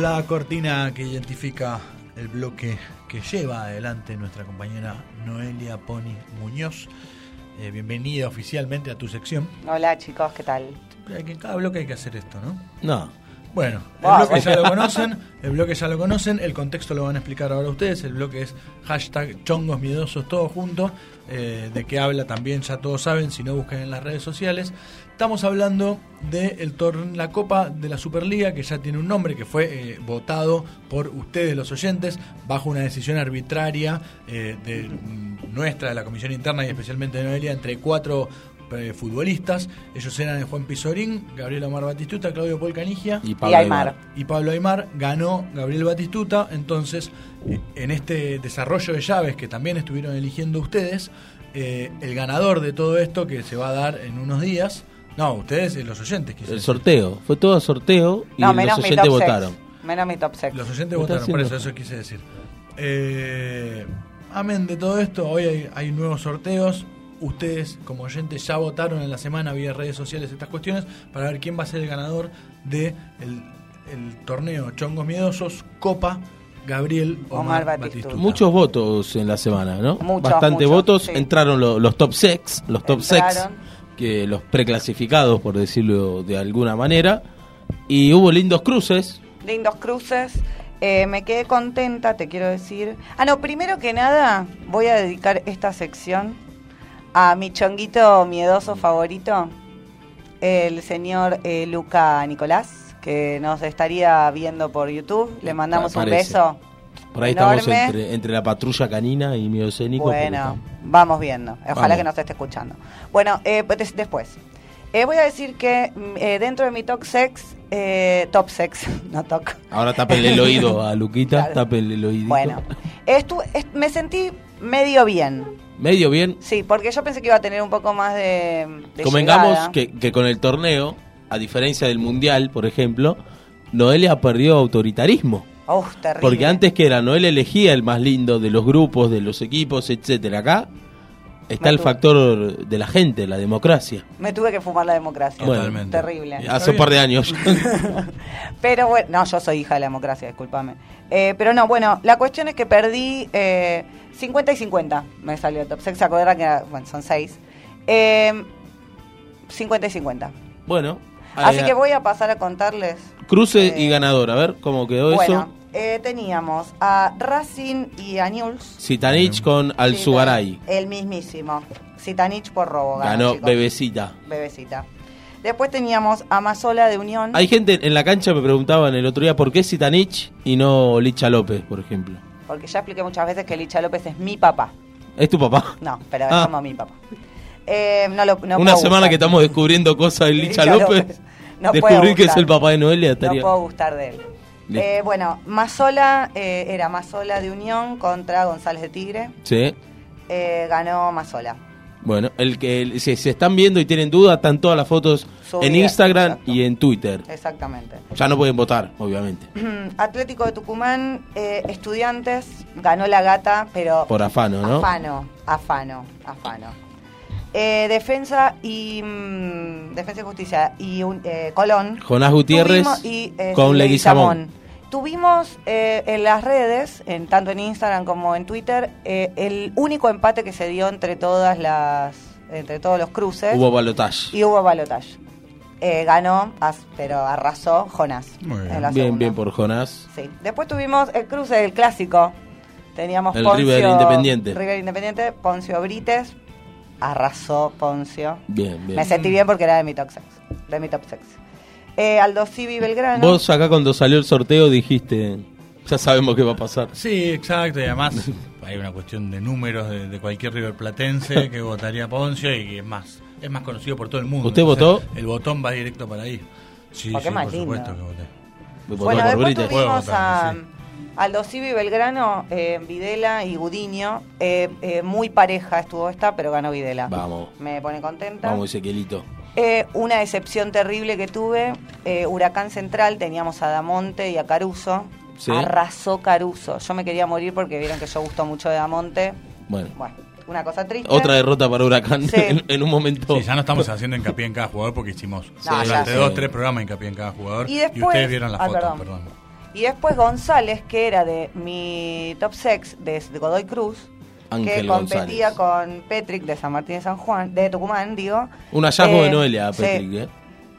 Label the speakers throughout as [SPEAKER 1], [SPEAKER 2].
[SPEAKER 1] la cortina que identifica el bloque que lleva adelante nuestra compañera Noelia Pony Muñoz. Eh, bienvenida oficialmente a tu sección.
[SPEAKER 2] Hola chicos, ¿qué tal?
[SPEAKER 1] En cada bloque hay que hacer esto, ¿no?
[SPEAKER 3] No.
[SPEAKER 1] Bueno, el
[SPEAKER 2] Wow.
[SPEAKER 1] bloque ya lo conocen, el bloque ya lo conocen, el contexto lo van a explicar ahora ustedes, el bloque es hashtag chongos miedosos todos juntos, eh, de qué habla también ya todos saben, si no buscan en las redes sociales. Estamos hablando de el torn- la Copa de la Superliga, que ya tiene un nombre, que fue eh, votado por ustedes los oyentes, bajo una decisión arbitraria eh, de mm, nuestra, de la Comisión Interna y especialmente de Noelia, entre cuatro eh, futbolistas. Ellos eran Juan Pizorín, Gabriel Omar Batistuta, Claudio Paul Canigia
[SPEAKER 3] Y
[SPEAKER 2] y
[SPEAKER 3] Pablo
[SPEAKER 2] Aymar.
[SPEAKER 3] Aymar.
[SPEAKER 1] y Pablo Aymar ganó Gabriel Batistuta. Entonces, eh, en este desarrollo de llaves que también estuvieron eligiendo ustedes, eh, el ganador de todo esto que se va a dar en unos días, no, ustedes, eh, los oyentes, quizás.
[SPEAKER 3] El sorteo. Fue todo sorteo y
[SPEAKER 2] No,
[SPEAKER 3] los
[SPEAKER 2] menos mi
[SPEAKER 3] oyentes
[SPEAKER 2] top
[SPEAKER 3] votaron.
[SPEAKER 2] 6. Menos mi top 6.
[SPEAKER 1] Los oyentes
[SPEAKER 3] Me está
[SPEAKER 1] votaron, por eso,
[SPEAKER 3] haciendo-
[SPEAKER 1] eso quise decir. Eh, amén de todo esto, hoy hay, hay nuevos sorteos. Ustedes, como oyentes, ya votaron en la semana vía redes sociales estas cuestiones para ver quién va a ser el ganador de el, el torneo Chongos Miedosos Copa Gabriel Omar,
[SPEAKER 2] Omar
[SPEAKER 1] Batistuta.
[SPEAKER 2] Batistuta.
[SPEAKER 3] Muchos votos en la semana, ¿no?
[SPEAKER 2] Muchos,
[SPEAKER 3] Bastante
[SPEAKER 2] muchos,
[SPEAKER 3] votos.
[SPEAKER 2] sí.
[SPEAKER 3] Entraron lo- los top 6, los top 6,
[SPEAKER 2] Entraron.
[SPEAKER 3] que los preclasificados, por decirlo de alguna manera. Y hubo lindos cruces.
[SPEAKER 2] Lindos cruces. Eh, me quedé contenta, te quiero decir. Ah, no, primero que nada, voy a dedicar esta sección a mi chonguito miedoso favorito, el señor eh, Luca Nicolás, que nos estaría viendo por YouTube. Le mandamos un
[SPEAKER 3] Parece.
[SPEAKER 2] beso.
[SPEAKER 3] Por ahí
[SPEAKER 2] Enorme.
[SPEAKER 3] estamos entre, entre la patrulla canina y miocénico. porque
[SPEAKER 2] Bueno,
[SPEAKER 3] estamos-
[SPEAKER 2] vamos viendo. Ojalá
[SPEAKER 3] Vamos.
[SPEAKER 2] que nos esté escuchando. Bueno, eh, pues des- después. Eh, voy a decir que mm, eh, dentro de mi top sex, eh, top sex, no toc.
[SPEAKER 3] Ahora tapen el oído a Luquita,
[SPEAKER 2] Claro.
[SPEAKER 3] tapen el oído.
[SPEAKER 2] Bueno, estu- est- me sentí medio bien.
[SPEAKER 3] Medio bien.
[SPEAKER 2] Sí, porque yo pensé que iba a tener un poco más de. de
[SPEAKER 3] Convengamos
[SPEAKER 2] llegada.
[SPEAKER 3] que, que con el torneo, a diferencia del mundial, por ejemplo, Noelia perdió autoritarismo.
[SPEAKER 2] Uf, terrible.
[SPEAKER 3] Porque antes que era Noel elegía el más lindo de los grupos, de los equipos, etcétera. Acá está el
[SPEAKER 2] Matu.
[SPEAKER 3] factor de la gente, la democracia.
[SPEAKER 2] Me tuve que fumar la democracia.
[SPEAKER 3] Bueno.
[SPEAKER 1] Totalmente.
[SPEAKER 2] Terrible.
[SPEAKER 1] Está
[SPEAKER 3] Hace un
[SPEAKER 1] bien.
[SPEAKER 3] par de años.
[SPEAKER 2] Pero bueno, no, yo soy hija de la democracia, discúlpame. Eh, pero no, bueno, la cuestión es que perdí eh, 50 y 50, me salió el top 6, se acordarán que era- bueno, son 6. 50 y 50.
[SPEAKER 3] bueno.
[SPEAKER 2] Así
[SPEAKER 3] ahí-
[SPEAKER 2] que voy a pasar a contarles.
[SPEAKER 3] Cruce
[SPEAKER 2] eh,
[SPEAKER 3] y ganador. A ver cómo quedó
[SPEAKER 2] Bueno,
[SPEAKER 3] eso.
[SPEAKER 2] eh, teníamos a Racing y a Newell's.
[SPEAKER 3] Sitanich con Alzugaray.
[SPEAKER 2] El mismísimo. Sitanich por robo.
[SPEAKER 3] Ganó
[SPEAKER 2] chicos.
[SPEAKER 3] Bebecita.
[SPEAKER 2] Bebecita. Después teníamos a Mazola de Unión.
[SPEAKER 3] Hay gente en la cancha me preguntaban el otro día por qué Sitanich y no Licha López, por ejemplo.
[SPEAKER 2] Porque ya expliqué muchas veces que Licha López es mi papá.
[SPEAKER 3] ¿Es tu papá?
[SPEAKER 2] No, pero es
[SPEAKER 3] Ah.
[SPEAKER 2] como mi papá. Eh, no lo- no
[SPEAKER 3] Una
[SPEAKER 2] puedo
[SPEAKER 3] semana
[SPEAKER 2] abusar.
[SPEAKER 3] que estamos descubriendo cosas de Licha López.
[SPEAKER 2] No puedo
[SPEAKER 3] descubrir que es
[SPEAKER 2] abusar.
[SPEAKER 3] el papá de Noelia
[SPEAKER 2] No
[SPEAKER 3] estaría.
[SPEAKER 2] puedo gustar de él.
[SPEAKER 3] Listo.
[SPEAKER 2] Eh, bueno, Mazola eh, era Mazola de Unión contra González de Tigre.
[SPEAKER 3] Sí.
[SPEAKER 2] Eh, ganó Mazola.
[SPEAKER 3] Bueno, el que el- si se están viendo y tienen duda, están todas las fotos
[SPEAKER 2] Subidas,
[SPEAKER 3] en Instagram
[SPEAKER 2] exacto. Eh.
[SPEAKER 3] y en Twitter.
[SPEAKER 2] Exactamente.
[SPEAKER 3] Ya no pueden votar, obviamente,
[SPEAKER 2] Atlético de Tucumán, eh, Estudiantes, ganó la gata, pero
[SPEAKER 3] por afano, ¿no?
[SPEAKER 2] Afano, afano, afano. Eh, defensa y mm, defensa y justicia y un- eh, Colón.
[SPEAKER 3] Jonás Gutiérrez
[SPEAKER 2] Tuvimos- y, eh,
[SPEAKER 3] con
[SPEAKER 2] Leguizamón.
[SPEAKER 3] Leguizamón.
[SPEAKER 2] Tuvimos eh, en las redes, en, tanto en Instagram como en Twitter, eh, el único empate que se dio entre todas las, entre todos los cruces
[SPEAKER 3] Hubo balotaje.
[SPEAKER 2] y hubo balotaje. Eh, ganó, as- pero arrasó Jonás.
[SPEAKER 1] Muy bien.
[SPEAKER 2] en la
[SPEAKER 3] Bien,
[SPEAKER 2] segunda.
[SPEAKER 3] bien por Jonás.
[SPEAKER 2] Sí. Después tuvimos el cruce del clásico. Teníamos
[SPEAKER 3] El
[SPEAKER 2] Poncio,
[SPEAKER 3] River Independiente.
[SPEAKER 2] River Independiente, Poncio Brites. Arrasó Poncio.
[SPEAKER 3] Bien, bien.
[SPEAKER 2] Me sentí bien porque era de mi top 6. De mi top six. Eh, Aldo Civi Belgrano.
[SPEAKER 3] Vos acá cuando salió el sorteo dijiste, ya sabemos qué va a pasar.
[SPEAKER 1] Sí, exacto, y además hay una cuestión de números de, de cualquier River Platense que votaría Poncio y que es más, es más conocido por todo el mundo.
[SPEAKER 3] ¿Usted
[SPEAKER 1] Entonces,
[SPEAKER 3] votó?
[SPEAKER 1] El botón va directo para ahí. Sí,
[SPEAKER 2] Porque
[SPEAKER 1] sí,
[SPEAKER 2] es más
[SPEAKER 1] por
[SPEAKER 2] lindo.
[SPEAKER 1] supuesto que voté.
[SPEAKER 3] Votó
[SPEAKER 2] Bueno,
[SPEAKER 3] por
[SPEAKER 2] después
[SPEAKER 3] Brites.
[SPEAKER 2] tuvimos
[SPEAKER 1] Puedo
[SPEAKER 2] a
[SPEAKER 1] votar, sí.
[SPEAKER 2] Aldo Civi Belgrano, eh, Videla y Gudiño. Eh, eh, muy pareja estuvo esta, pero ganó Videla.
[SPEAKER 3] Vamos.
[SPEAKER 2] Me pone contenta.
[SPEAKER 3] Vamos, Ezequielito.
[SPEAKER 2] Eh, una decepción terrible que tuve, eh, Huracán Central, teníamos a Damonte y a Caruso.
[SPEAKER 3] Sí.
[SPEAKER 2] Arrasó Caruso. Yo me quería morir porque vieron que yo gusto mucho de Damonte.
[SPEAKER 3] Bueno,
[SPEAKER 2] Bueno, una cosa triste.
[SPEAKER 3] otra derrota para Huracán
[SPEAKER 2] Sí.
[SPEAKER 3] en, en un momento.
[SPEAKER 1] Sí, ya no estamos haciendo hincapié en cada jugador porque hicimos
[SPEAKER 2] ya
[SPEAKER 1] durante
[SPEAKER 2] sé.
[SPEAKER 1] dos tres programas hincapié en cada jugador.
[SPEAKER 2] Y después-
[SPEAKER 1] ustedes vieron las
[SPEAKER 2] ah,
[SPEAKER 1] fotos,
[SPEAKER 2] perdón.
[SPEAKER 1] perdón.
[SPEAKER 2] Y después González, que era de mi top sex de, de Godoy Cruz,
[SPEAKER 3] Ángel
[SPEAKER 2] que competía
[SPEAKER 3] González.
[SPEAKER 2] con Petrick de San Martín de San Juan, de Tucumán, digo.
[SPEAKER 3] Un hallazgo
[SPEAKER 2] Eh,
[SPEAKER 3] de Noelia,
[SPEAKER 2] sí.
[SPEAKER 3] Patrick, ¿eh?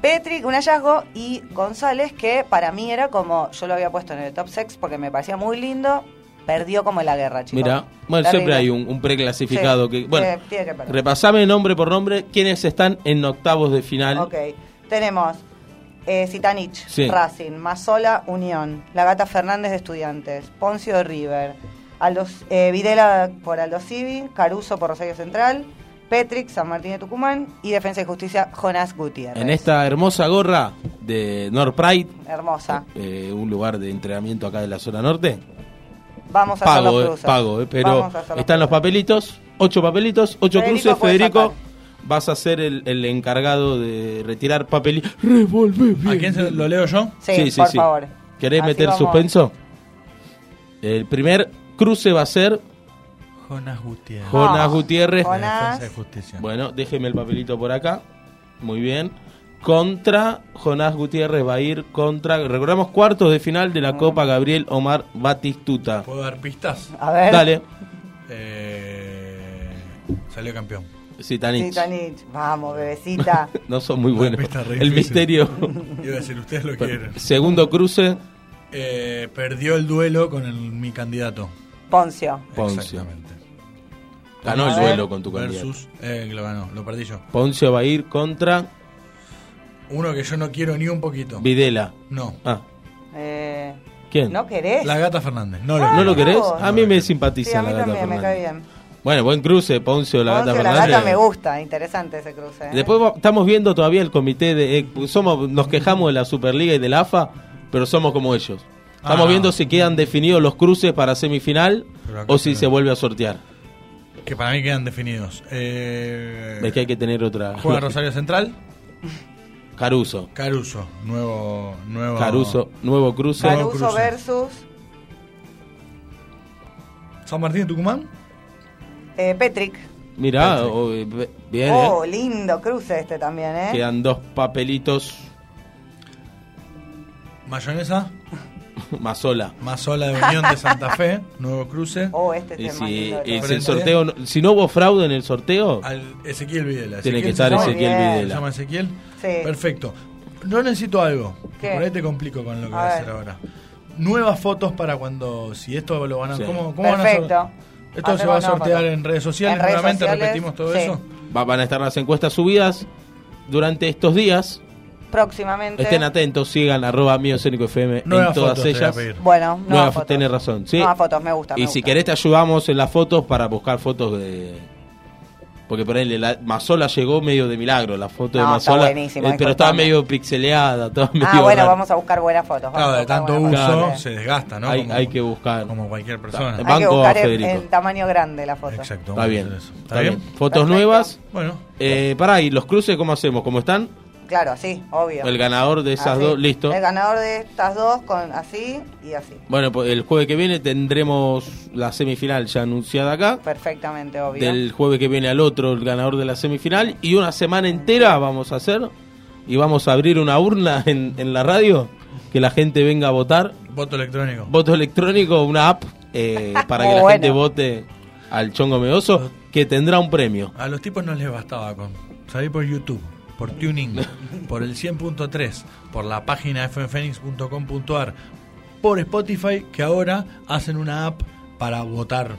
[SPEAKER 2] Petrick, un hallazgo, y González, que para mí era como, yo lo había puesto en el top sex porque me parecía muy lindo, perdió como la guerra, chicos.
[SPEAKER 3] Mira, bueno,
[SPEAKER 2] Terrible.
[SPEAKER 3] siempre hay un, un preclasificado
[SPEAKER 2] Sí,
[SPEAKER 3] que... Bueno,
[SPEAKER 2] eh, tiene que perder.
[SPEAKER 3] repasame nombre por nombre quiénes están en octavos de final.
[SPEAKER 2] Ok, tenemos eh, Zitanich,
[SPEAKER 3] Sí.
[SPEAKER 2] Racing, Mazola, Unión, La Gata Fernández de Estudiantes, Poncio de River, Aldo- eh, Videla por Aldo Civi, Caruso por Rosario Central, Petrick, San Martín de Tucumán y Defensa y Justicia, Jonás Gutiérrez.
[SPEAKER 3] En este esta hermosa gorra de North Pride,
[SPEAKER 2] Hermosa.
[SPEAKER 3] eh, un lugar de entrenamiento acá de la zona norte.
[SPEAKER 2] Vamos a hacer
[SPEAKER 3] Pago,
[SPEAKER 2] los
[SPEAKER 3] eh,
[SPEAKER 2] cruces.
[SPEAKER 3] pago, eh, pero
[SPEAKER 2] Vamos a hacer
[SPEAKER 3] están los
[SPEAKER 2] cruces.
[SPEAKER 3] papelitos, ocho papelitos, ocho
[SPEAKER 2] Federico
[SPEAKER 3] cruces.
[SPEAKER 2] puede
[SPEAKER 3] Federico,
[SPEAKER 2] sacar.
[SPEAKER 3] vas a ser el, el encargado de retirar papelitos. Revolver bien.
[SPEAKER 1] ¿A quién se lo leo yo?
[SPEAKER 2] Sí, por favor.
[SPEAKER 3] ¿Querés
[SPEAKER 2] Así
[SPEAKER 3] meter
[SPEAKER 2] vamos.
[SPEAKER 3] suspenso? El primer cruce va a ser
[SPEAKER 1] Jonas Gutiérrez.
[SPEAKER 2] Jo-
[SPEAKER 3] Jonas
[SPEAKER 2] Ah,
[SPEAKER 3] Gutiérrez.
[SPEAKER 1] de
[SPEAKER 2] Jonas.
[SPEAKER 1] Defensa de Justicia.
[SPEAKER 3] Bueno, déjeme el papelito por acá. Muy bien. Contra Jonás Gutiérrez va a ir contra, recordamos, cuartos de final de la
[SPEAKER 2] Mm.
[SPEAKER 3] Copa Gabriel Omar Batistuta.
[SPEAKER 1] ¿Puedo dar pistas?
[SPEAKER 2] A ver.
[SPEAKER 3] Dale,
[SPEAKER 1] Eh, salió campeón.
[SPEAKER 3] Citanich.
[SPEAKER 2] Zitanich. Vamos, bebecita.
[SPEAKER 3] No son muy buenos.
[SPEAKER 1] Está re
[SPEAKER 3] El
[SPEAKER 1] difícil.
[SPEAKER 3] misterio.
[SPEAKER 1] Iba a decir, ustedes lo quieren.
[SPEAKER 3] Segundo cruce,
[SPEAKER 1] Eh, perdió el duelo con el- mi candidato.
[SPEAKER 2] Poncio.
[SPEAKER 3] Poncio.
[SPEAKER 1] Exactamente.
[SPEAKER 3] ganó el
[SPEAKER 2] A ver.
[SPEAKER 3] duelo con tu candidato.
[SPEAKER 1] Versus. Eh, lo ganó, lo perdí yo.
[SPEAKER 3] Poncio va a ir contra
[SPEAKER 1] Uno que yo no quiero ni un poquito.
[SPEAKER 3] Videla.
[SPEAKER 1] No.
[SPEAKER 3] Ah,
[SPEAKER 2] Eh,
[SPEAKER 3] ¿quién?
[SPEAKER 2] ¿No querés?
[SPEAKER 1] La gata Fernández. No lo,
[SPEAKER 2] Ah,
[SPEAKER 1] quiero.
[SPEAKER 3] ¿No lo querés?
[SPEAKER 2] vos.
[SPEAKER 3] A mí me
[SPEAKER 2] sí, a
[SPEAKER 3] simpatiza
[SPEAKER 2] mí
[SPEAKER 3] la gata
[SPEAKER 2] también me cae
[SPEAKER 3] Fernández.
[SPEAKER 2] bien.
[SPEAKER 3] Bueno, buen cruce, Poncio, la gata
[SPEAKER 2] Poncio,
[SPEAKER 3] Fernández.
[SPEAKER 2] la gata me gusta, interesante ese cruce. ¿eh?
[SPEAKER 3] Después va- estamos viendo todavía el comité de... eh, somos Nos quejamos de la Superliga y del AFA, pero somos como ellos. Estamos
[SPEAKER 1] Ah.
[SPEAKER 3] viendo si quedan definidos los cruces para semifinal
[SPEAKER 1] Pero acá
[SPEAKER 3] o si
[SPEAKER 1] está.
[SPEAKER 3] se vuelve a sortear.
[SPEAKER 1] Que para mí quedan definidos. Eh,
[SPEAKER 3] Es que hay que tener otra...
[SPEAKER 1] Juega Rosario Central.
[SPEAKER 3] Caruso.
[SPEAKER 1] Caruso. Nuevo. nuevo
[SPEAKER 3] Caruso, nuevo cruce.
[SPEAKER 1] Nuevo
[SPEAKER 2] Caruso
[SPEAKER 1] cruce.
[SPEAKER 2] versus
[SPEAKER 1] San Martín de Tucumán.
[SPEAKER 2] eh, Petrick.
[SPEAKER 3] Mirá, oh, eh, be- bien, eh.
[SPEAKER 2] oh, lindo cruce este también, ¿eh?
[SPEAKER 3] Quedan dos papelitos.
[SPEAKER 1] Mayonesa.
[SPEAKER 3] Mazola.
[SPEAKER 1] Mazola de Unión de Santa Fe. Nuevo cruce.
[SPEAKER 2] Oh, este
[SPEAKER 3] Y
[SPEAKER 2] es el más
[SPEAKER 3] si,
[SPEAKER 2] lindo de
[SPEAKER 3] y si
[SPEAKER 2] todos.
[SPEAKER 1] Frente.
[SPEAKER 3] el sorteo, no- si no hubo fraude en el sorteo,
[SPEAKER 1] Al Ezequiel Videla.
[SPEAKER 3] tiene
[SPEAKER 1] Ezequiel
[SPEAKER 3] que
[SPEAKER 1] se
[SPEAKER 3] estar
[SPEAKER 1] llama.
[SPEAKER 2] Muy
[SPEAKER 3] Ezequiel
[SPEAKER 2] bien.
[SPEAKER 1] ¿Se llama
[SPEAKER 3] Videla.
[SPEAKER 1] Ezequiel?
[SPEAKER 2] Sí.
[SPEAKER 1] Perfecto. Yo necesito algo. que
[SPEAKER 2] ¿Qué?
[SPEAKER 1] Por ahí te complico con lo que
[SPEAKER 2] A
[SPEAKER 1] voy a
[SPEAKER 2] ver.
[SPEAKER 1] hacer ahora. Nuevas fotos para cuando. Si esto lo van a.
[SPEAKER 3] Sí.
[SPEAKER 1] ¿Cómo, cómo van a sor-
[SPEAKER 2] Perfecto.
[SPEAKER 1] Esto se
[SPEAKER 2] Hacemos
[SPEAKER 1] va a
[SPEAKER 2] una
[SPEAKER 1] sortear
[SPEAKER 2] foto.
[SPEAKER 1] en redes sociales.
[SPEAKER 2] En redes
[SPEAKER 1] nuevamente
[SPEAKER 2] sociales,
[SPEAKER 1] repetimos todo
[SPEAKER 2] sí.
[SPEAKER 1] eso.
[SPEAKER 3] Va- van a estar las encuestas subidas durante estos días.
[SPEAKER 2] Próximamente.
[SPEAKER 3] Estén atentos, sigan arroba mío Cénico FM en
[SPEAKER 1] Nuevas
[SPEAKER 3] todas
[SPEAKER 1] fotos te voy a
[SPEAKER 3] ellas.
[SPEAKER 1] pedir.
[SPEAKER 2] Bueno, nuevas
[SPEAKER 3] Nuevas-
[SPEAKER 2] fotos.
[SPEAKER 3] tenés razón, sí.
[SPEAKER 2] Nuevas fotos, me gusta.
[SPEAKER 3] Y
[SPEAKER 2] me
[SPEAKER 3] si
[SPEAKER 2] gusta.
[SPEAKER 3] querés te ayudamos en las fotos para buscar fotos de... Porque por ahí la Mazola llegó medio de milagro, la foto de
[SPEAKER 2] No, está
[SPEAKER 3] Mazola.
[SPEAKER 2] buenísimo,
[SPEAKER 3] eh,
[SPEAKER 2] ahí cortamos.
[SPEAKER 3] pero estaba medio pixeleada, estaba medio
[SPEAKER 2] Ah, bueno,
[SPEAKER 3] rara.
[SPEAKER 2] vamos a buscar buenas fotos. vamos
[SPEAKER 1] Claro,
[SPEAKER 2] a
[SPEAKER 1] de
[SPEAKER 2] buscar
[SPEAKER 1] tanto uso
[SPEAKER 2] buenas
[SPEAKER 3] Claro.
[SPEAKER 2] fotos.
[SPEAKER 1] se desgasta, ¿no?
[SPEAKER 3] hay,
[SPEAKER 1] Como-
[SPEAKER 3] hay que buscar.
[SPEAKER 1] Como cualquier persona.
[SPEAKER 3] Está-
[SPEAKER 2] Hay que
[SPEAKER 3] Banco
[SPEAKER 2] buscar en,
[SPEAKER 3] Federico.
[SPEAKER 2] en tamaño grande la foto.
[SPEAKER 1] Exacto.
[SPEAKER 3] Está
[SPEAKER 1] vamos a
[SPEAKER 3] bien.
[SPEAKER 1] hacer eso.
[SPEAKER 3] Está, bien. Fotos
[SPEAKER 2] Perfecto.
[SPEAKER 3] nuevas.
[SPEAKER 1] Bueno,
[SPEAKER 3] Eh, pará, ¿y los cruces cómo hacemos? ¿Cómo están?
[SPEAKER 2] Claro, así, obvio.
[SPEAKER 3] El ganador de esas
[SPEAKER 2] Así.
[SPEAKER 3] dos, listo.
[SPEAKER 2] Ah, El ganador de estas dos con así y así.
[SPEAKER 3] Bueno, pues el jueves que viene tendremos la semifinal ya anunciada acá.
[SPEAKER 2] Perfectamente, obvio.
[SPEAKER 3] Del jueves que viene al otro, el ganador de la semifinal. Y una semana entera vamos a hacer. Y vamos a abrir una urna en, en la radio. Que la gente venga a votar.
[SPEAKER 1] voto electrónico.
[SPEAKER 3] Voto electrónico, una app. eh, para que
[SPEAKER 2] Muy
[SPEAKER 3] la
[SPEAKER 2] bueno.
[SPEAKER 3] gente vote al Chongo Medoso. Que tendrá un premio.
[SPEAKER 1] A los tipos no les bastaba con salir por YouTube, por Tuning, por el 100.3, por la página fmfenix.com.ar, por Spotify, que ahora hacen una app para votar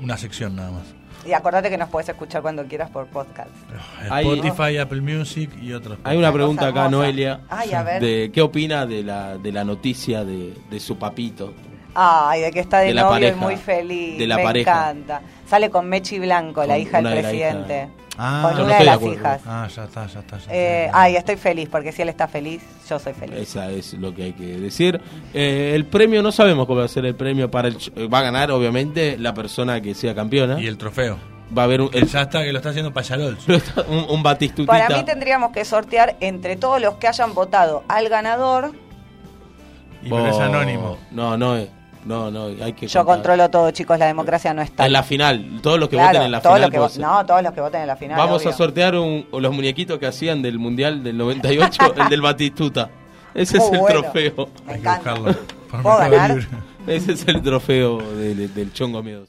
[SPEAKER 1] una sección nada más.
[SPEAKER 2] Y acordate que nos puedes escuchar cuando quieras por podcast.
[SPEAKER 3] Hay-
[SPEAKER 1] Spotify, Apple Music y otros.
[SPEAKER 3] Hay una
[SPEAKER 2] Cosa
[SPEAKER 3] pregunta acá,
[SPEAKER 2] hermosa.
[SPEAKER 3] Noelia.
[SPEAKER 2] Ay, a ver.
[SPEAKER 3] De, ¿Qué opina de la, de la noticia de, de su papito?
[SPEAKER 2] Ay, de que está de,
[SPEAKER 3] De la
[SPEAKER 2] novio
[SPEAKER 3] pareja.
[SPEAKER 2] y muy feliz.
[SPEAKER 3] De la
[SPEAKER 2] me
[SPEAKER 3] pareja.
[SPEAKER 2] encanta. Sale con Mechi Blanco, la
[SPEAKER 3] Con
[SPEAKER 2] hija
[SPEAKER 3] una
[SPEAKER 2] del
[SPEAKER 3] de la
[SPEAKER 2] presidente.
[SPEAKER 1] hija. Ah,
[SPEAKER 2] con
[SPEAKER 1] yo
[SPEAKER 2] una
[SPEAKER 3] no
[SPEAKER 2] de
[SPEAKER 3] estoy de
[SPEAKER 2] las
[SPEAKER 3] acuerdo.
[SPEAKER 2] hijas.
[SPEAKER 1] Ah, ya está, ya está. ya está.
[SPEAKER 2] Eh, ay, estoy feliz, porque si él está feliz, yo soy feliz.
[SPEAKER 3] Esa es lo que hay que decir. Eh, el premio, no sabemos cómo va a ser el premio para el... ch- eh, Va a ganar, obviamente, la persona que sea campeona.
[SPEAKER 1] Y el trofeo.
[SPEAKER 3] Va a haber un, el-
[SPEAKER 1] Ya está, que lo está haciendo Payarol.
[SPEAKER 3] un, un batistutita.
[SPEAKER 2] Para mí tendríamos que sortear entre todos los que hayan votado al ganador.
[SPEAKER 1] Y pero es
[SPEAKER 3] Oh,
[SPEAKER 1] anónimo.
[SPEAKER 3] No, no, eh, no, no, hay que...
[SPEAKER 2] Yo
[SPEAKER 3] contar.
[SPEAKER 2] controlo todo, chicos, la democracia no está.
[SPEAKER 3] En la final, todos los que
[SPEAKER 2] Claro,
[SPEAKER 3] voten en la
[SPEAKER 2] todos
[SPEAKER 3] final.
[SPEAKER 2] los que
[SPEAKER 3] puede
[SPEAKER 2] vo-
[SPEAKER 3] ser.
[SPEAKER 2] no, todos los que voten en la final.
[SPEAKER 3] Vamos a
[SPEAKER 2] obvio.
[SPEAKER 3] sortear un- o los muñequitos que hacían del Mundial del 98, el del Batistuta. Ese
[SPEAKER 2] Muy
[SPEAKER 3] es el
[SPEAKER 2] Oh, bueno.
[SPEAKER 3] trofeo.
[SPEAKER 2] Me
[SPEAKER 1] Hay que
[SPEAKER 2] encanta.
[SPEAKER 1] buscarlo. Para
[SPEAKER 2] ¿Puedo
[SPEAKER 1] Mercado
[SPEAKER 2] ganar?
[SPEAKER 1] Libre.
[SPEAKER 3] Ese es el trofeo del, del chongo miedoso.